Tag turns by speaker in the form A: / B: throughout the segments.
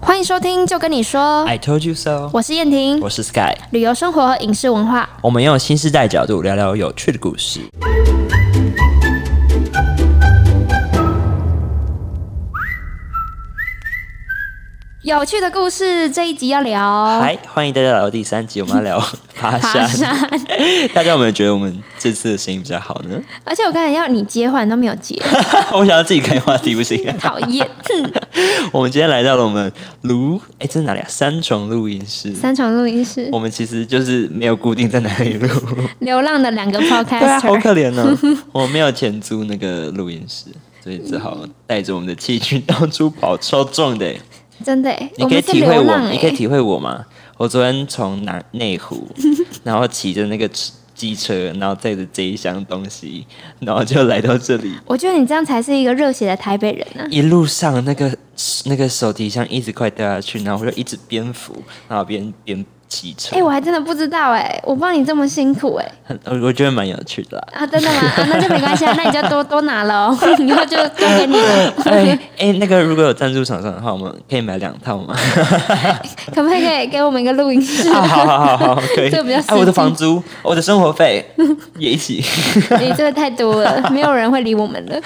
A: 欢迎收听，就跟你说，
B: I told you so。
A: 我是燕婷
B: 哎我，是 Sky，
A: 旅游生活和影视文化。
B: 我们用新时代角度聊聊有趣的故事。
A: 有趣的故事，这一集要 聊
B: 嗨，欢迎大家来到第三集，我们要聊哦 爬山。大家有没有觉得我们这次的声音比较好呢？
A: 而且我刚才要你接话，你都没有接，
B: 我想要自己开话题，不行。啊
A: 讨厌。哼
B: 我们今天来到了我们卢，哎，这是哪里啊？三重录音室。
A: 三重录音室，
B: 我们其实就是没有固定在哪里录，
A: 流浪的两个
B: 对啊，好
A: podcaster，、
B: 可怜呢、 我没有钱租那个录音室，所以只好带着我们的器具到处跑，超重的欸耶。
A: 真的耶，
B: 你可
A: 们
B: 以
A: 是
B: 体
A: 流
B: 会我，
A: 浪哎、
B: 你可以体会我吗？我昨天从南内湖，然后骑着那个车机车，然后载着这一箱东西，然后就来到这里。
A: 我觉得你这样才是一个热血的台北人 啊！
B: 一路上那个那个手提箱一直快掉下去，然后我就一直边扶，然后边边骑车。
A: 哎、我还真的不知道哎、我帮你这么辛苦哎、
B: 很我我觉得蛮有趣的啦。
A: 啊，真的吗？啊，那就没关系啊，那你就多多拿了、哦，以后就交给你了，
B: 哎哎，那个如果有赞助厂商的话，我们可以买两套吗？
A: 可不可以给给我们一个录音 室？
B: 啊， 好好好好，可以。
A: 这个比较
B: 哎，我
A: 实际
B: 的房租，我的生活费也一 起。
A: 你这个太多了，没有人会理我们的。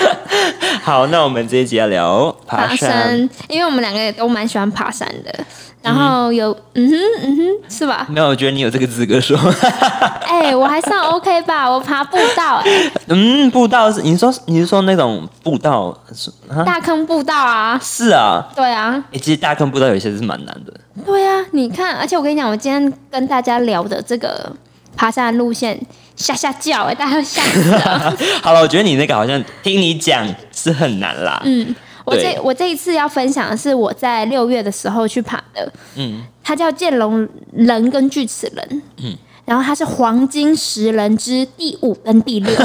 B: 好，那我们这一集要聊
A: 爬
B: 山
A: 山，因为我们两个也都蛮喜欢爬山的。然后有，嗯哼，嗯哼，是吧？
B: 没有，我觉得你有这个资格说。
A: 哎、我还算 OK 吧， 我爬步道、哎，
B: 嗯，步道是你说你是说那种步道是啊？
A: 大坑步道啊，
B: 是啊，
A: 对啊，
B: 诶其实大坑步道有些是蛮难的。
A: 对啊，你看，而且我跟你讲，我今天跟大家聊的这个爬山路线，吓吓叫、哎，大家会吓死了。
B: 好了，我觉得你那个好像听你讲是很难啦。嗯，
A: 我这
B: 对
A: 我这一次要分享的是我在六月的时候去爬的，嗯，它叫剑龙人跟锯齿人，嗯，然后它是黄金十人之第五跟第 六，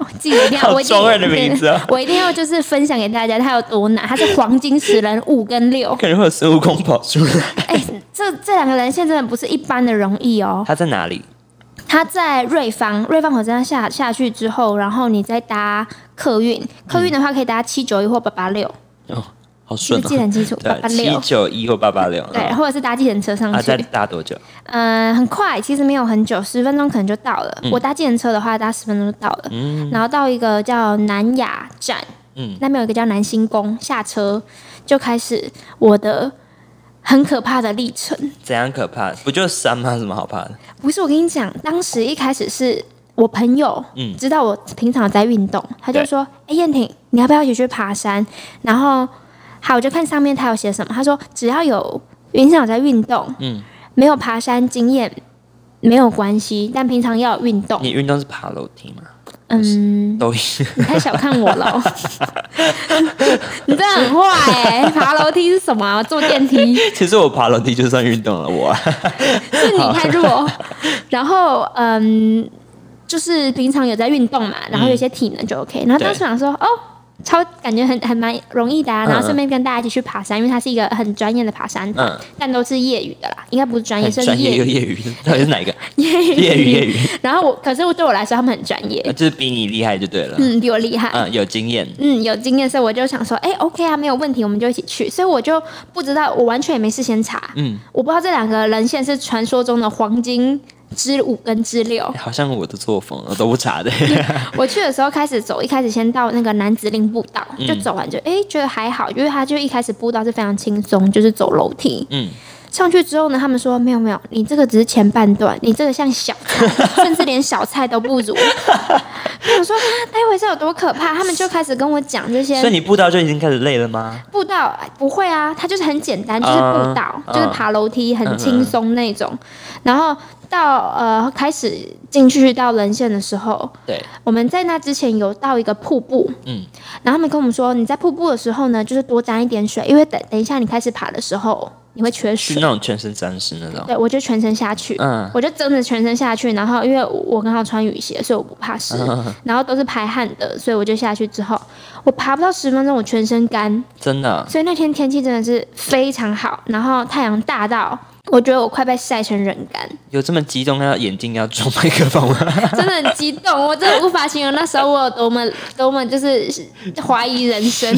A: 我记得一定要，
B: 好
A: 我一定
B: 中二的名字哦
A: 我一定要就是分享给大家它有多难，它是黄金十人五跟六，
B: 可能会有孙悟空跑出来。
A: 哎、这这两个人现在真的不是一般的容易哦，
B: 他在哪里？
A: 它在瑞芳，瑞芳火车站下下去之后，然后你再搭客运，客运的话可以搭七九一或八八六。
B: 哦，好
A: 是
B: 顺
A: 不是记得
B: 哦。
A: 很清楚，八八
B: 对，七
A: 六，
B: 九一或八八六。
A: 对，或者是搭计程车上
B: 嗯啊，
A: 去
B: 再，搭多久？
A: 嗯、很快，其实没有很久，十分钟可能就到了。
B: 嗯
A: 我搭计程车的话，搭十分钟就到了。然后到一个叫南雅站，
B: 嗯
A: 那边有一个叫南星宫，下车就开始我的很可怕的历程。
B: 怎样可怕？不就山吗？有什么好怕的？
A: 不是，我跟你讲，当时一开始是我朋友，
B: 嗯
A: 知道我平常有在运动，他就
B: 对
A: 说：“哎、燕婷，你要不要一起去爬山？”然后，好，我就看上面他有写什么，他说只要有平常有在运动，
B: 嗯
A: 没有爬山经验没有关系，但平常要有运动
B: 你。运动是爬楼梯吗？
A: 嗯，
B: 都是。
A: 你太小看我了 哦，你真的很坏哎、爬楼梯是什么、啊？坐电梯。
B: 其实我爬楼梯就算运动了，我啊。
A: 是你太弱。然后嗯，就是平常有在运动嘛，然后有些体能就 OK、然后当时想说哦。超感觉很很蛮容易的、啊，然后顺便跟大家一起去爬山，因为它是一个很专业的爬山团，
B: 嗯
A: 但都是业余的啦，应该不是专业，
B: 很
A: 算是
B: 嗯专业
A: 业
B: 又
A: 余。
B: 业余，到底是哪一个？
A: 业余
B: 业余业余。
A: 然后我，可是对我来说，他们很专业
B: 呃，就是比你厉害就对了。嗯
A: 嗯，比我厉害。
B: 有经验。
A: 嗯，有经验，所以我就想说，哎、o k 啊，没有问题，我们就一起去。所以我就不知道，我完全也没事先查，
B: 嗯，
A: 我不知道这两个人现在是传说中的黄金之五跟之六。
B: 哎好像我的作风，我都不查的。
A: 我去的时候开始走，一开始先到那个南子林步道，
B: 嗯
A: 就走完就哎、诶觉得还好，因为他就一开始步道是非常轻松，就是走楼梯。
B: 嗯，
A: 上去之后呢，他们说没有没有，你这个只是前半段，你这个像小菜， 甚至连小菜都不如。我想说啊，待会是有多可怕？他们就开始跟我讲这些
B: 所以你步道就已经开始累了吗？
A: 步道，哎不会啊，它就是很简单，就是步道，
B: 嗯
A: 就是爬楼梯很轻松那种。然后到呃开始进去到人线的时候，
B: 对，
A: 我们在那之前有到一个瀑布，
B: 嗯，
A: 然后他们跟我们说，你在瀑布的时候呢，就是多沾一点水，因为等等一下你开始爬的时候，你会缺
B: 是
A: 水。
B: 那种全身沾湿那种。
A: 对，我就全身下去，
B: 嗯
A: 我就真的全身下去，然后因为我刚好穿雨鞋，所以我不怕湿，
B: 嗯
A: 然后都是排汗的，所以我就下去之后，我爬不到十分钟，我全身干，
B: 真的。
A: 所以那天天气真的是非常好，然后太阳大到我觉得我快被晒成人干，
B: 有这么激动要眼睛要装 麦克风吗？
A: 真的很激动，我真的无法形容那时候我有多么多么就是怀疑人 生。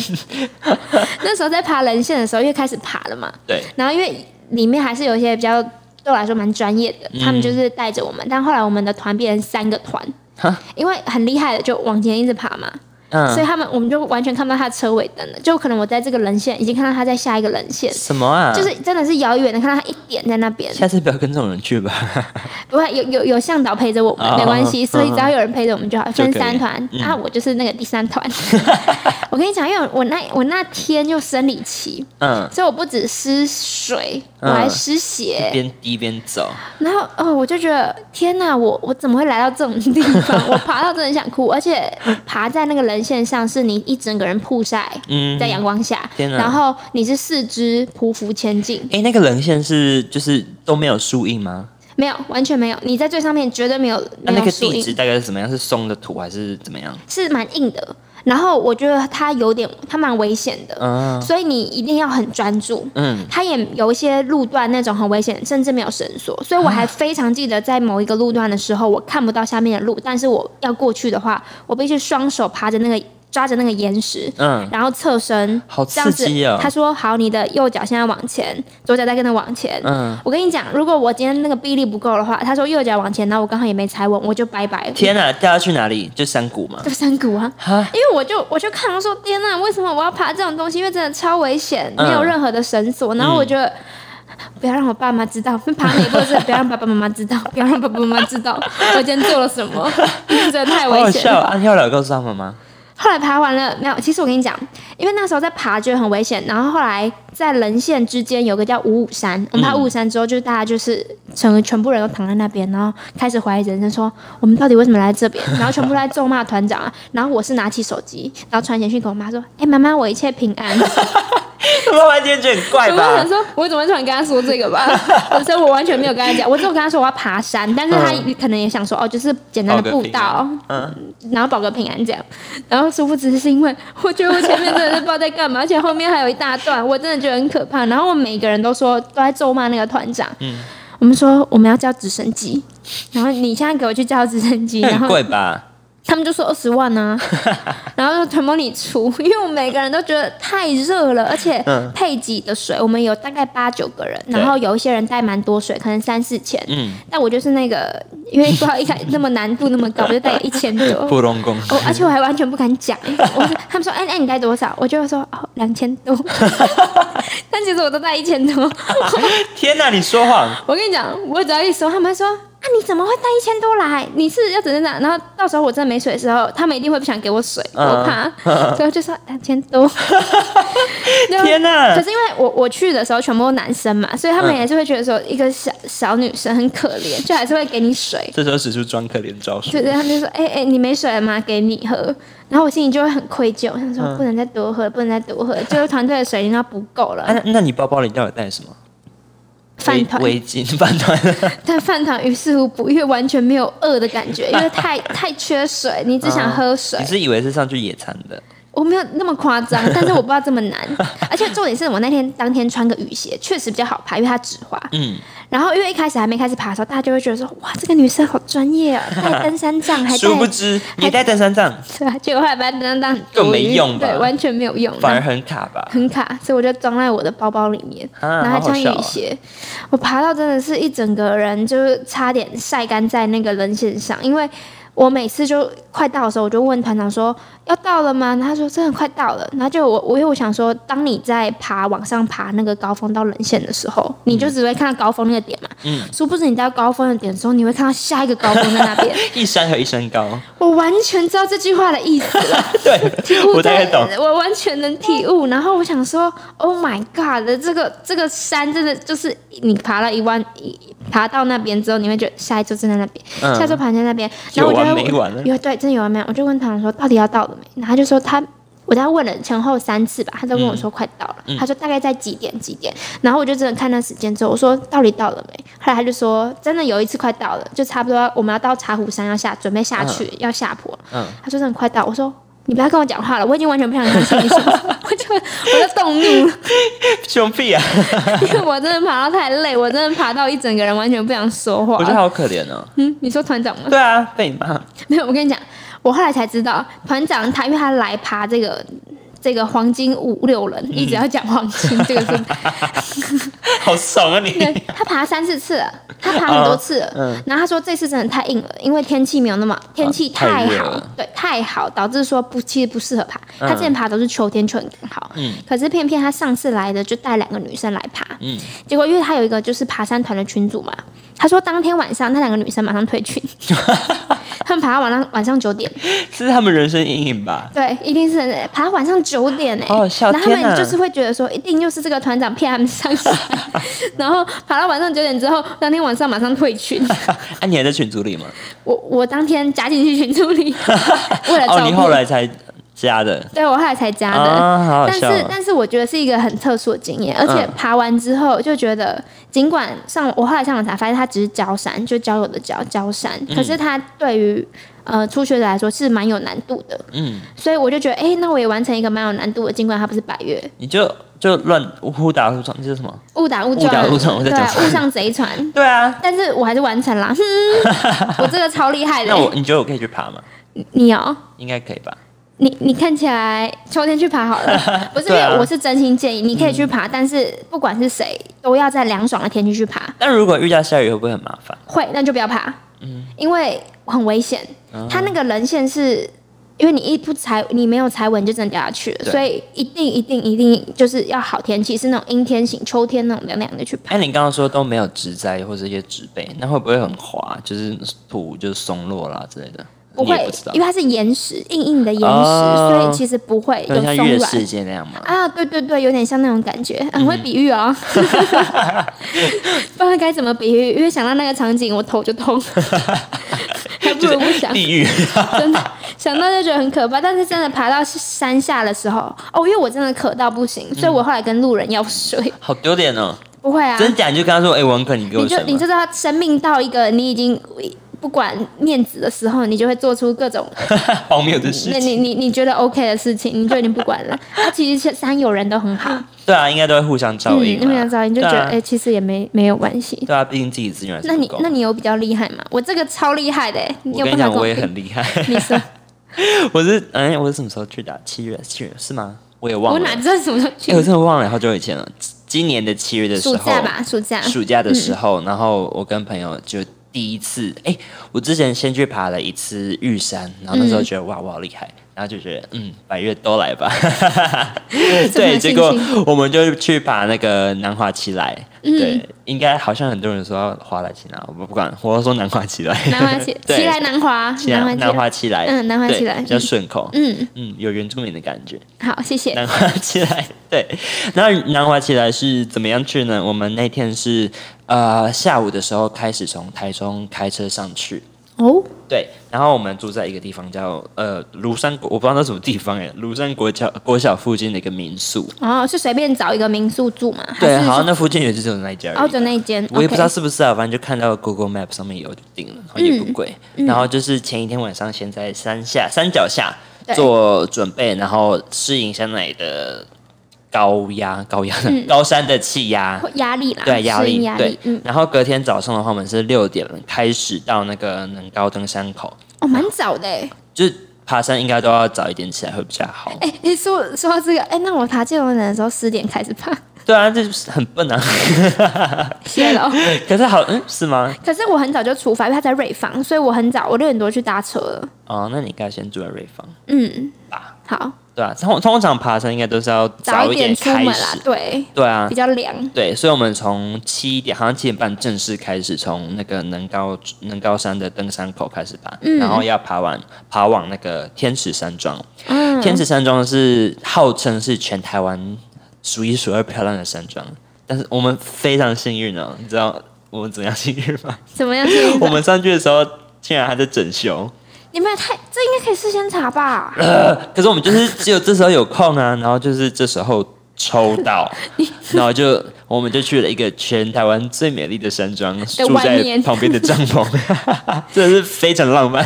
A: 那时候在爬人线的时候，因为开始爬了嘛，
B: 对，
A: 然后因为里面还是有一些比较对我来说蛮专业的，
B: 嗯
A: 他们就是带着我们，但后来我们的团变成三个团
B: 哈，
A: 因为很厉害的就往前一直爬嘛，所以
B: 嗯，
A: 他们我们就完全看不到他的车尾灯了，就可能我在这个人线已经看到他在下一个人线。
B: 什么啊？
A: 就是真的是遥远的看到他一点在那边，
B: 下次不要跟这种人去吧。
A: 不会有有有向导陪着我们，
B: 哦
A: 没关系，所以
B: 嗯
A: 只要有人陪着我们就好。
B: 就可以
A: 分三团，
B: 嗯
A: 啊，我就是那个第三 团。我跟你讲，因为我那我那天就生理期，
B: 嗯，
A: 所以我不止失水，我
B: 嗯
A: 还失血。
B: 边滴边走，
A: 然后哦，我就觉得天哪，我我怎么会来到这种地 方？我爬到真的很想哭，而且爬在那个人线上，是你一整个人曝晒
B: 嗯，
A: 在阳光下，
B: 天哪
A: 然后你是四肢匍匐前进，
B: 哎、那个棱线是就是都没有树荫吗？
A: 没有完全没有，你在最上面绝对没有
B: 啊那
A: 没
B: 那
A: 有
B: 个
A: 树
B: 地
A: 荫。
B: 质大概是怎么样？是松的土还是怎么样？
A: 是蛮硬的。然后我觉得它有点，它蛮危险的，
B: 嗯
A: 所以你一定要很专注。
B: 嗯，
A: 它也有一些路段那种很危险，甚至没有绳索，所以我还非常记得在某一个路段的时候，我看不到下面的路，但是我要过去的话，我必须双手爬着那个抓着那个岩石，
B: 嗯，
A: 然后侧身，
B: 好
A: 这样
B: 刺
A: 子
B: 激。哦
A: 他。说：“好，你的右脚现在往前，左脚再跟着往前。”
B: 嗯，
A: 我跟你讲，如果我今天那个臂力不够的话，他说右脚往前，然后我刚好也没踩稳，我就拜拜。
B: 天哪、掉下去哪里？就山谷吗？
A: 对山谷啊，
B: 哈，
A: 因为我就我就看我说天呐，为什么我要爬这种东西？因为真的超危险，
B: 嗯
A: 没有任何的绳索。然后我觉得、不要让我爸妈知道，爬哪一步都是不要让爸爸妈妈知道，不要让爸爸妈妈知道我今天做了什么， 因为真的太
B: 好好
A: 危险
B: 笑！
A: 了。
B: 啊，跳了告诉他们吗？
A: 后来爬完了没有？其实我跟你讲，因为那时候在爬觉得很危险，然后后来在人线之间有个叫五五山，我们爬五五山之后，就是大家就是整全部人都躺在那边，然后开始怀疑人生，说我们到底为什么来这边？然后全部都在咒骂团长啊，然后我是拿起手机，然后传简讯给我妈说：“哎、妈妈，我一切平安。”
B: 我 妈妈今天觉得很怪
A: 我就想
B: 吧？
A: 说，我怎么突然跟他说这个吧？所以我完全没有跟他讲，我只有跟他说我要爬山，但是他
B: 嗯
A: 可能也想说，哦，就是简单的步道，
B: 嗯，
A: 然后保个平安这样。然后殊不知是因为我觉得我前面真的是不知道在干 嘛，而且后面还有一大段，我真的觉得很可怕。然后我们每个人都说都在咒骂那个团长，
B: 嗯
A: 我们说我们要叫直升机，然后你现在给我去叫直升机，
B: 那
A: 然
B: 很
A: 后
B: 嗯贵吧？
A: 他们就说二十万呢、 啊，然后就全部你出，因为我们每个人都觉得太热了，而且
B: 嗯
A: 配给的水，我们有大概八九个人，然后有一些人带蛮多水，可能三四千。
B: 嗯，
A: 但我就是那个，因为不知道一开那么难度那么高，我就带一千 多。
B: 普龙 宫。
A: 哦，而且我还完全不敢讲，我说他们说，哎、哎、你带多少？我就说哦两千多， 但其实我都带一千多。
B: 天哪、你说谎！
A: 我跟你讲，我只要一说，他们会说啊，你怎么会带一千多来？你是要怎样怎样？然后到时候我真的没水的时候，他们一定会不想给我水，
B: 嗯
A: 我 怕，所以我就说两千多。就
B: 天哪、嗯
A: 可是因为我我去的时候全部都男生嘛，所以他们也是会觉得说一个小小女生很可怜，就还是会给你水。
B: 这时候使出装可怜招数
A: 就。是他们就说：“哎、哎、你没水了吗？给你喝。”然后我心里就会很愧疚，我想
B: 嗯
A: 说不能再多喝，不能再多喝，就是团队的水应该不够
B: 啊，
A: 了。
B: 那那你包包里到底带什么？
A: 饭团
B: 围围巾、 饭团。
A: 但 饭团于事无补，因为完全没有饿的感 觉，因为太太缺水，你只想喝水
B: 你。是以为是上去野餐的？
A: 我没有那么夸 张，但是我不知道这么难。而且重点是我那天当天穿个雨鞋，确实比较好爬，因为它止滑。
B: 嗯，
A: 然后因为一开始还没开始爬的时候，大家就会觉得说：“哇，这个女生好专业啊，带登山杖还带
B: 殊不知
A: 还
B: 你带登山杖
A: 对啊，结果后来把它登当
B: 更没用吧
A: 对，完全没有用，
B: 反而很卡 吧？
A: 很卡，所以我就装在我的包包里面，
B: 啊
A: 然后还
B: 好好
A: 穿
B: 笑啊
A: 雨鞋。我爬到真的是一整个人就是差点晒干在那个人线上，因为我每次就快到的时候，我就问团长说要到了吗？然后他说真的快到了。然后就我我因为我想说，当你在爬往上爬那个高峰到人线的时候，你就只会看到高峰那个点嘛。
B: 嗯，
A: 殊不知你到高峰的点的时候，你会看到下一个高峰在那 边。
B: 一山还有一山高，
A: 我完全知道这句话的意思了。
B: 对
A: 体悟
B: 我大概懂。
A: 我完全能体悟。然后我想说，Oh my God，这个这个山真的就是你爬了一万，一爬到那边之后，你会觉得下一周正在那边，
B: 嗯
A: 下周爬在那边，然
B: 有
A: 后我就
B: 完
A: 会
B: 没完了
A: 有对，真的有完没完？我就问唐说到底要到了没？然后他就说他。我在问了前后三次吧，他都跟我说快到了，
B: 嗯
A: 他说大概在几点几点，然后我就真的看那时间之后，我说到底到了没？后来他就说真的有一次快到了，就差不多要我们要到茶壶山要下，准备下去、要下坡了，
B: 嗯
A: 他说真的快到，我说你不要跟我讲话了，我已经完全不想相信你说，我就 我就动怒了，
B: 凶屁啊！
A: 因为我真的爬到太累，我真的爬到一整个人完全不想说话
B: 我觉。得好可怜哦。
A: 嗯，你说团长 吗？
B: 对啊，被你骂。
A: 没有，我跟你讲，我后来才知道，团长他因为他来爬这个这个黄金五六人，
B: 嗯
A: 一直要讲黄金这个是，
B: 好爽啊你！
A: 对他爬三四 次了，他爬很多次
B: 啊
A: 了。
B: 嗯
A: 然后他说这次真的太硬了，因为天气没有那么天气
B: 太
A: 太
B: 热
A: 好，
B: 了
A: 对，太好导致说不其实不适合爬。他之前爬都是秋天，秋天很好。
B: 嗯
A: 可是偏偏他上次来的就带两个女生来爬，
B: 嗯
A: 结果因为他有一个就是爬山团的群组嘛，他说当天晚上那两个女生马上退 群，他们爬到晚上晚上九点，
B: 这是他们人生阴影吧？
A: 对，一定是很爬到晚上九点哎、欸，
B: 哦笑
A: 然后他
B: 天哪
A: 们就是会觉得说，一定又是这个团长骗他们上山， 然后爬到晚上九点之后，当天晚上马上退 群。
B: 啊，你还在群组里吗？
A: 我我当天加进去群组 里，为了
B: 哦，
A: 照
B: 你
A: 顾，
B: 后来才加的
A: 对我后来才加的。
B: 啊，好好
A: 但
B: 笑
A: 是，
B: 哦。
A: 但是我觉得是一个很特殊的经验，而且
B: 嗯
A: 爬完之后就觉得，尽管上我后来上网查发现，它只是焦山，就交友的交焦山，可是它对于呃初学者来说是蛮有难度的，
B: 嗯，
A: 所以我就觉得，哎、那我也完成一个蛮有难度的，尽管它不是百越，
B: 你就就乱呼打呼撞，这是什么？
A: 误打误
B: 误打
A: 撞，
B: 误撞我在
A: 对
B: 讲
A: 啊，
B: 什么
A: 误上贼船。
B: 对啊，
A: 但是我还是完成 了，哼我这个超厉害的
B: 那。我你觉得我可以去爬吗？
A: 你哦，
B: 应该可以吧？
A: 你你看起来秋天去爬好 了，不是因
B: 对啊嗯
A: 为我是真心建议你可以去爬，但是不管是谁都要在凉爽的天气去爬，
B: 但如果遇到下雨会不会很麻烦？
A: 会那就不要爬，嗯，因为很危险。
B: 嗯
A: 它那个人线是因为你一不踩，你没有踩稳就真的掉下去了，
B: 对
A: 所以一定一定一定就是要好天气，是那种阴天型、秋天那种凉凉的去爬。
B: 哎，你刚刚说都没有植栽或者一些植被，那会不会很滑？就是土就松落啦之类的，
A: 不
B: 你
A: 会
B: 也不知，道
A: 因为，它是岩石，硬硬的岩石，
B: 哦
A: 所以其实不会有
B: 就像
A: 松
B: 月
A: 软
B: 世。界那 样嘛。
A: 啊，对对对，有点像那种感觉，很
B: 嗯
A: 会比喻哦。 不知道该怎么比喻，因为想到那个场景，我头就 痛，还不
B: 就
A: 如不
B: 是
A: 想。
B: 地狱，
A: 真的想到就觉得很可怕。但是真的爬到山下的时候，哦，因为我真的渴到不
B: 嗯
A: 行，所以我后来跟路人要水。
B: 好丢脸哦！
A: 不会啊，
B: 真假你就跟他说，哎，王可，你给我
A: 你就
B: 什
A: 你就
B: 么？
A: 知道生命到一个你已经不管面子的时候，你就会做出各种
B: 荒谬的事
A: 那
B: 情。
A: 你你你觉得 OK 的事情，你就已经不管 了。啊，其实山友人都很好，
B: 对啊，应该都会互相照
A: 嗯，
B: 应
A: 因
B: 啦。
A: 为照应就觉
B: 对
A: 得
B: 啊
A: 哎、其实也没没有关系。
B: 对啊，毕竟自己资源还
A: 那
B: 是不
A: 你
B: 够。
A: 那你有比较厉害吗？我这个超厉害的、欸，你有
B: 我跟
A: 办
B: 你
A: 法
B: 讲，
A: 跟
B: 我也
A: 比
B: 很厉害。
A: 你说
B: 我是哎，我是什么时候去的啊？七月，七月是吗？我也忘
A: 我
B: 了。
A: 哪知道什么时候
B: 哎，我
A: 去？
B: 真的忘了，好久以前了。今年的七月的时
A: 暑
B: 候，
A: 假吧，嗯暑假。
B: 暑假的时候，然后我跟朋友就第一次，哎、我之前先去爬了一次玉山，然后那时
A: 嗯
B: 候觉得、哇，我好厉害，然后就觉得嗯，百越都 来吧，对，
A: 信
B: 结
A: 心
B: 果我们就去爬那个南华奇来，
A: 嗯
B: 对，应该好像很多人说要华来奇来，我不管，我要说南华奇来，
A: 南华奇
B: 对
A: 奇来南华，
B: 奇来
A: 南华
B: 南
A: 奇来，
B: 华奇来，
A: 嗯南华
B: 对
A: 奇来
B: 比较顺口，
A: 嗯，
B: 嗯，有原住民的感觉。
A: 好，谢谢。
B: 南华起来，对，那南华起来是怎么样去呢？我们那天是呃下午的时候开始从台中开车上去，
A: 哦，
B: 对，然后我们住在一个地方叫呃庐山国，我不知道那什么地方哎，庐山国小国小附近的一个民宿，
A: 哦，是随便找一个民宿住嘛？还
B: 对，
A: 是
B: 好像那附近也就只有那一家而已
A: 澳洲那一间，
B: 我也不知
A: 嗯
B: 道
A: OK
B: 是不是啊，反正就看到 Google Map 上面有就定了，然后也不贵。
A: 嗯
B: 然后就是前一天晚上先在山下山脚下
A: 对
B: 做准备，然后适应下那里的高压高压、高山的气压，
A: 会压力啦，
B: 对
A: 嗯
B: 压
A: 啊适应
B: 力
A: 压
B: 对
A: 力，。嗯，
B: 然后隔天早上的话，我们是六点开始到那个能高登山口，
A: 哦，蛮早的欸。
B: 就是爬山应该都要早一点起来会比较好。
A: 哎，你说说到这个，哎，那我爬剑龙人的时候十点开始爬，
B: 对啊，这就是很笨啊。
A: 谢了哦。
B: 可是好，嗯，是吗？
A: 可是我很早就出发，因为他在瑞芳，所以我很早，我六点多去搭车了。
B: 哦，那你应该先住在瑞芳。
A: 嗯
B: 吧，
A: 好，
B: 对啊，通通常爬山应该都是要
A: 早
B: 一
A: 点出
B: 开
A: 门啦
B: 始，，
A: 对，
B: 对啊
A: 比，较凉。
B: 对，所以我们从七点，好像七点半正式开始，从那个能高能高山的登山口开始爬，然后要爬完爬往那个天池山庄。
A: 嗯，
B: 天池山庄是号称是全台湾数一数二漂亮的山庄，但是我们非常幸运哦，你知道我们怎样幸运吗？
A: 怎么样？
B: 我们上去的时候竟然还在整修。
A: 你们也太，这应该可以事先查吧？
B: 呃可是我们就是只有这时候有空啊，然后就是这时候抽 到，然后就我们就去了一个全台湾最美丽的山庄，住
A: 外
B: 在
A: 面
B: 旁边的帐篷，真的是非常浪漫。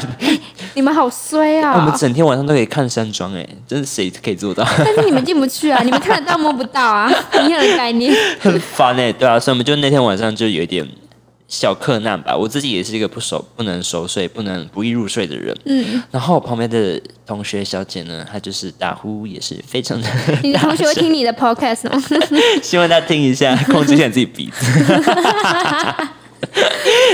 A: 你们好衰啊！
B: 我们整天晚上都可以看山庄，哎，真是谁可以做 到？
A: 但是你们进不去啊，你们看得到摸不到 啊，一样的概念。
B: 很烦哎、对啊，所以我们就那天晚上就有一点小克难吧。我自己也是一个不熟、不能熟睡、不能不易入睡的人。
A: 嗯，
B: 然后我旁边的同学小姐呢，她就是打呼也是非常的
A: 你的同学会听你的 podcast 吗？
B: 希望大家听一下，控制一下你自己鼻子。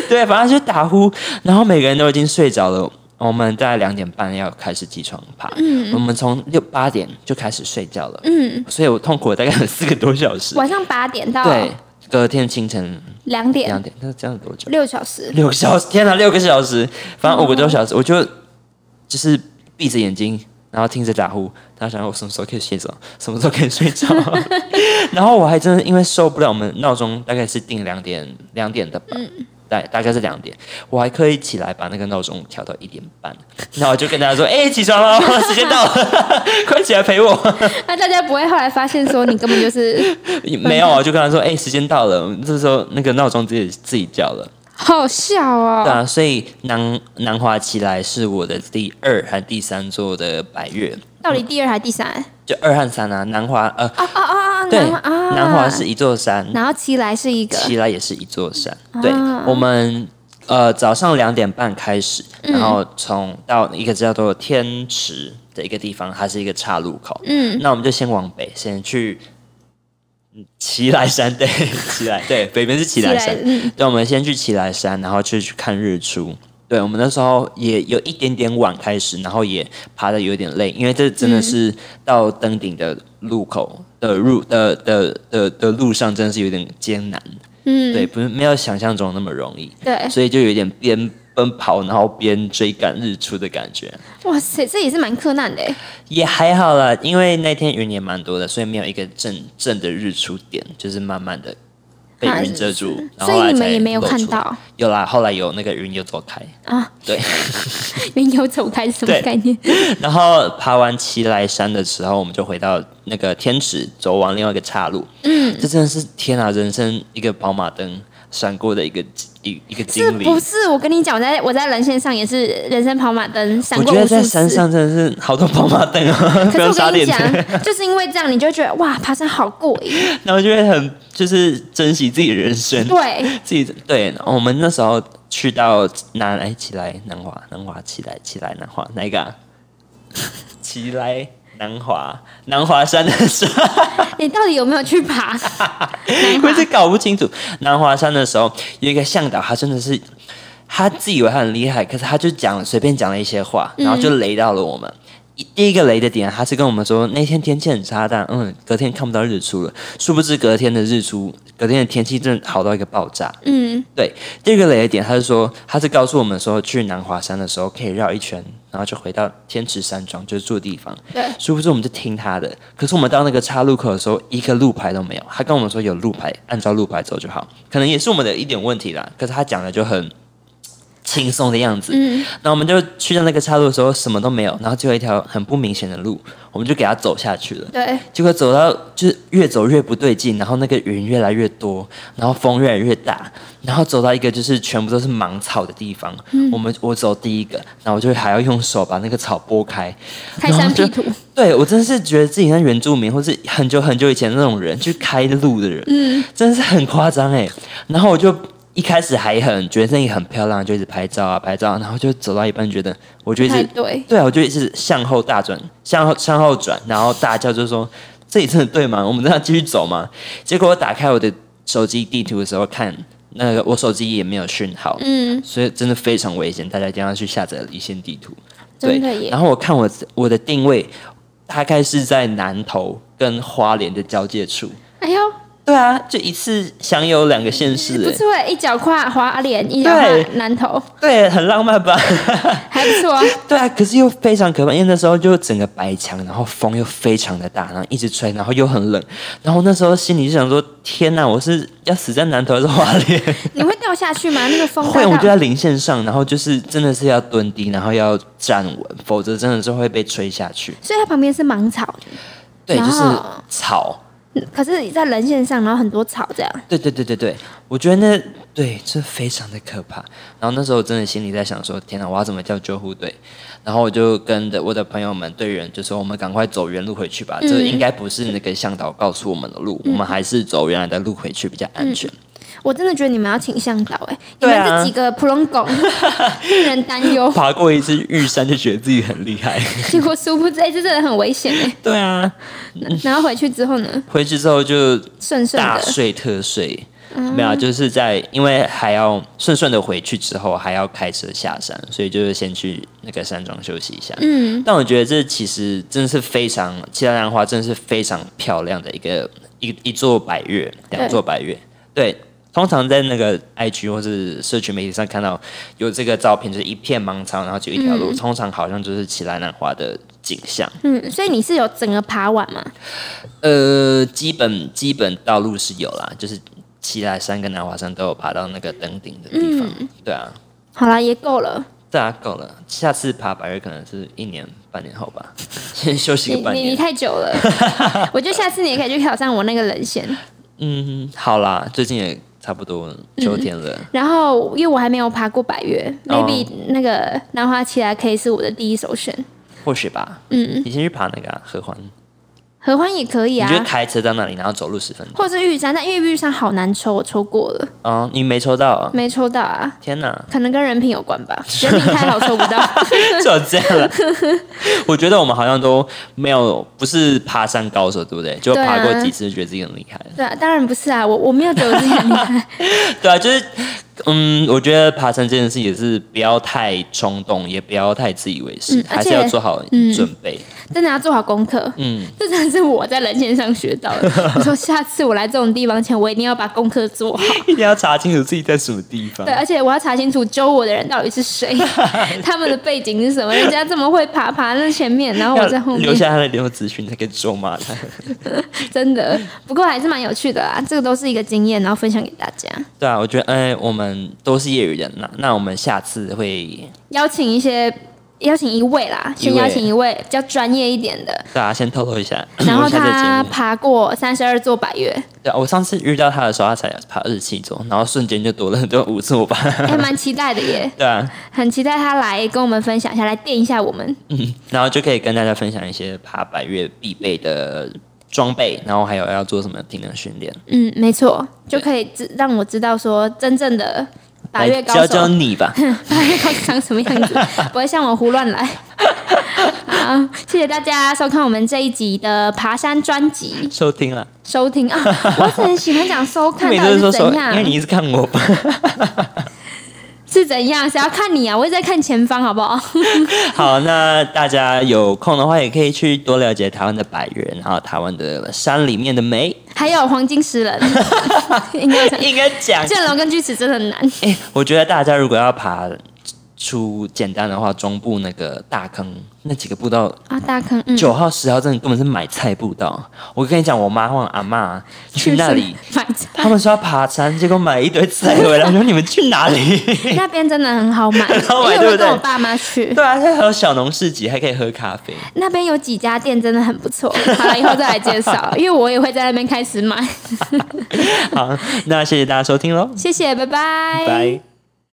B: 对，反正就打呼，然后每个人都已经睡着了。我们大概两点半要开始起床爬，我们从六八点就开始睡觉了，
A: 嗯，
B: 所以我痛苦了大概有四个多小时。
A: 晚上八点到
B: 对，隔天清晨
A: 两
B: 两
A: 点，
B: 点，那这样多久？
A: 六小时。
B: 六个小时，天哪，六个小时，反正五个多小时，我就就是闭着眼睛，然后听着打呼，然后想我什么时候可以睡着，什么时候可以睡着， 然后我还真的因为受不了，我们闹钟大概是定两点两点的吧。大大概是两点，我还刻意起来把那个闹钟调到一点半，然后我就跟大家说：“哎、起床了，时间到了， 快起来陪我。”
A: 那大家不会后来发现说你根本就是
B: 没有，我就跟他说：“哎、时间到了。”这时候那个闹钟自己自己叫了。
A: 好笑
B: 对
A: 哦，
B: 啊，所以南南华起来是我的第二和第三座的百越，
A: 到底第二还是第三？
B: 就二和三啊。南华呃，
A: 啊啊啊！
B: 对，
A: 南华啊，
B: 南华是，一座山，
A: 然后七来是一个，
B: 起来也是一座山。对，
A: 啊
B: 我们呃早上两点半开始，
A: 嗯
B: 然后从到一个叫做天池的一个地方，它是一个岔路口。
A: 嗯，
B: 那我们就先往北，先去嗯奇来山，对， 奇来，对，北边是奇来山
A: 奇，来
B: 对，我们先去奇来山，然后去去看日出。对，我们那时候也有一点点晚开始，然后也爬的有点累，因为这真的是到登顶的路口的路的的的的路上，真的是有点艰难。
A: 嗯，
B: 对，不是没有想象中那么容易，
A: 对，
B: 所以就有点边奔跑，然后边追赶日出的感觉。
A: 哇塞，这也是蛮困难的耶，
B: 也还好啦，因为那天云也蛮多的，所以没有一个正正的日出点，就是慢慢的被
A: 啊
B: 云遮住，然
A: 所
B: 后后
A: 以
B: 来
A: 你们
B: 才
A: 也没有
B: 露
A: 看
B: 出来。
A: 到
B: 有啦，后来有那个云又走开，
A: 啊，
B: 对。
A: 云游走开是什么
B: 对
A: 概念？
B: 然后爬完奇来山的时候，我们就回到那个天池，走往另外一个岔路。嗯，这真的是天啊，人生一个宝马灯闪过的一个一一个
A: 是
B: 经历。
A: 不是？我跟你讲，我在我在人线上也是人生跑马灯闪
B: 我
A: 过
B: 觉
A: 无
B: 得
A: 数
B: 在山
A: 次。
B: 上真的是好多宝马灯啊， 不
A: 可
B: 用
A: 是
B: 插
A: 我跟你
B: 电车。
A: 讲，就是因为这样，你就会觉得哇，爬山好过 瘾。
B: 然后就会很就是珍惜自己的人生。
A: 对，
B: 自己对，我们那时候去到南哎，起来南华，南华起来，起来南华哪一个、啊？ 起来南华，南华山的时候，
A: 你到底有没有去爬？
B: 我一直搞不清楚。南华山的时候有一个向导，他真的是他自以为他很厉害，可是他就讲了随便讲了一些话，然后就雷到了我们。一第一个雷的点，啊他是跟我们说那天天气很差，但嗯，隔天看不到日出了。殊不知隔天的日出，隔天的天气真的好到一个爆炸。
A: 嗯，
B: 对，第二个雷的点，他是说，他是告诉我们说，去南华山的时候可以绕一圈，然后就回到天池山庄，就是住的地方。
A: 对
B: 殊不知我们就听他的，可是我们到那个岔路口的时候，一个路牌都没有。他跟我们说有路牌，按照路牌走就好，可能也是我们的一点问题啦。可是他讲的就很轻松的样子。
A: 嗯，
B: 那我们就去到那个岔路的时候，什么都没有，然后就有一条很不明显的路，我们就给他走下去了。
A: 对，
B: 结果走到就是越走越不对劲，然后那个云越来越多，然后风越来越大，然后走到一个就是全部都是芒草的地方。
A: 嗯
B: 我们我走第一个，然后我就还要用手把那个草拨开，
A: 开山辟
B: 然后
A: 土
B: 就。对我真是觉得自己像原住民，或是很久很久以前那种人去开路的人，嗯，真的是很夸张哎。然后我就一开始还很觉得自己很漂亮，就一直拍照啊拍照啊，然后就走到一半觉得我就一
A: 太
B: 直
A: 对，
B: 对啊，我就一直向后大转，向后向后转，然后大叫就说：“这里真的对吗？我们这样继续走吗？”结果我打开我的手机地图的时候看，那个我手机也没有讯号，
A: 嗯，
B: 所以真的非常危险，大家一定要去下载离线地图。对
A: 真的，耶
B: 然。后我看我我的定位大概是在南投跟花莲的交界处。
A: 哎呦，
B: 对啊，就一次享有两个县市、
A: 不
B: 欸，
A: 错耶，一脚跨华联，一脚跨
B: 对
A: 南投，
B: 对，很浪漫吧？
A: 还不 错啊。
B: 对啊，可是又非常可怕，因为那时候就整个白墙，然后风又非常的大，然后一直吹，然后又很冷，然后那时候心里就想说：天哪，我是要死在南头还是花莲？
A: 你会掉下去吗？那个风大
B: 会，我
A: 到
B: 就在零线上，然后就是真的是要蹲低，然后要站稳，否则真的是会被吹下去。
A: 所以它旁边是芒草，
B: 对，就
A: 然
B: 是
A: 后
B: 草，
A: 可是，在人线上，然后很多草这样。
B: 对对对对对，我觉得那对这非常的可怕。然后那时候我真的心里在想说，天哪，我要怎么叫救护队？然后我就跟着我的朋友们队员就说，我们赶快走原路回去吧，
A: 嗯
B: 这应该不是那个向导告诉我们的路，我们还是走原来的路回去比较安全。
A: 我真的觉得你们要请向导哎、你
B: 对
A: 们
B: 啊
A: 这几个普龙 狗令人担忧。
B: 爬过一次玉山就觉得自己很厉害，
A: 结果殊不知，哎、这真的很危险哎、
B: 对啊，
A: 然后回去之后呢，
B: 回去之后就
A: 顺顺
B: 大
A: 的，
B: 睡特睡，没有啊，就是在因为还要顺顺的回去之后，还要开车下山，所以就是先去那个山庄休息一下。
A: 嗯，
B: 但我觉得这其实真的是非常，七大兰花真的是非常漂亮的一个一一座百月，两座百月。对，通常在那个 IG 或是社群媒体上看到有这个照片，就是一片芒草，然后就一条路，通常好像就是七兰兰花的景象。
A: 嗯，所以你是有整个爬完吗？
B: 呃，基本基本道路是有啦，就是七来山跟南华山都有爬到那个登顶的地方。
A: 嗯
B: 对啊，
A: 好啦，也够了。
B: 对啊，够了。下次爬百岳可能是一年半年后吧， 先休息
A: 你
B: 个半
A: 你你
B: 年。
A: 太久 了，我觉得下次你也可以去挑战我那个人线。
B: 嗯，好啦，最近也差不多秋天了。
A: 然后，因为我还没有爬过百越、
B: 哦
A: m a y b e 那个南花奇来可以是我的第一首选。
B: 或许吧，嗯，你先去爬那个、啊、合欢，
A: 合欢也可以
B: 你
A: 啊，
B: 就开车到那里，然后走路十分钟。
A: 或者是玉山，但因为玉山好难抽，我抽过了，
B: 哦，你没抽到啊，
A: 没抽到啊，，
B: 天哪
A: 可能跟人品有关吧，人品太好抽不到。
B: 就这样了。 我觉得我们好像都没有，不是爬山高手，对不对？就
A: 对啊
B: 爬过几次，觉得自己很厉害。
A: 对啊，当然不是啊，我我没有觉得我自己很厉害。
B: 对啊，就是，嗯，我觉得爬山这件事也是不要太冲动，也不要太自以为是，
A: 嗯而
B: 还是要
A: 且
B: 做好
A: 嗯
B: 准备。
A: 真的要做好功课。嗯，这真的是我在人线上学到 的。我说下次我来这种地方前，我一定要把功课做好。
B: 一定要查清楚自己在什么地方
A: 对，而且我要查清楚揪我的人到底是 谁，他们的背景是什么，人家这么会爬爬在前面，然后我在后面
B: 留，下他的联络资讯，才可以咒骂他。
A: 真的。不过还是蛮有趣的啊，这个都是一个经验，然后分享给大家。
B: 对啊，我觉得，哎，我们都是业余人呐、那我们下次会
A: 邀请一些，邀请一位啦，先
B: 一位
A: 邀请一位比较专业一点 的，
B: 大家啊先透露一下，
A: 然后
B: 我们下次的
A: 他
B: 节目。
A: 爬过三十二座百越，
B: 对啊，我上次遇到他的时候，他才爬二十七周，然后瞬间就多了很多五次我吧。
A: 还蛮期待的耶，
B: 对啊，
A: 很期待他来跟我们分享一下，来电一下我们。
B: 嗯，然后就可以跟大家分享一些爬百越必备的装备，然后还有要做什么体能训练。
A: 嗯，没错，就可以知让我知道说真正的百越
B: 来
A: 高
B: 教
A: 手
B: 教，你吧，
A: 百越高手长什么样 子，不会像我胡乱来。好，谢谢大家收看我们这一集的爬山专辑
B: 收听了。
A: 收听啊！我很喜欢讲收看
B: 每
A: 到
B: 次都
A: 底是
B: 说收，
A: 怎
B: 因 为你
A: 样，
B: 一直看我吧。
A: 是怎样，谁要看你啊？我一直在看前方，好不好？
B: 好，那大家有空的话，也可以去多了解台湾的百越，然后台湾的山里面 的美。
A: 还有黄金食 人，应该有
B: 应该讲
A: 剑龙跟锯齿真的很难。
B: 哎、我觉得大家如果要爬出简单的话，中部那个大坑那几个步道，
A: 啊，大坑，嗯，
B: 九、号、十号真的根本是买菜步道。我跟你讲，我妈或阿妈去那里，
A: 去买菜，
B: 他们说要爬山，结果买一堆菜回来，我说你们去 哪里？
A: 那边真的很好买，
B: 很 好买
A: 因为
B: 对
A: 我会跟
B: 不对
A: 我爸妈去。
B: 对啊，它还有小农市集，还可以喝咖啡。
A: 那边有几家店真的很不错，好了，以后再来介 绍，因为我也会在那边开始买。
B: 好，那谢谢大家收听喽，
A: 谢谢，拜拜，
B: 拜。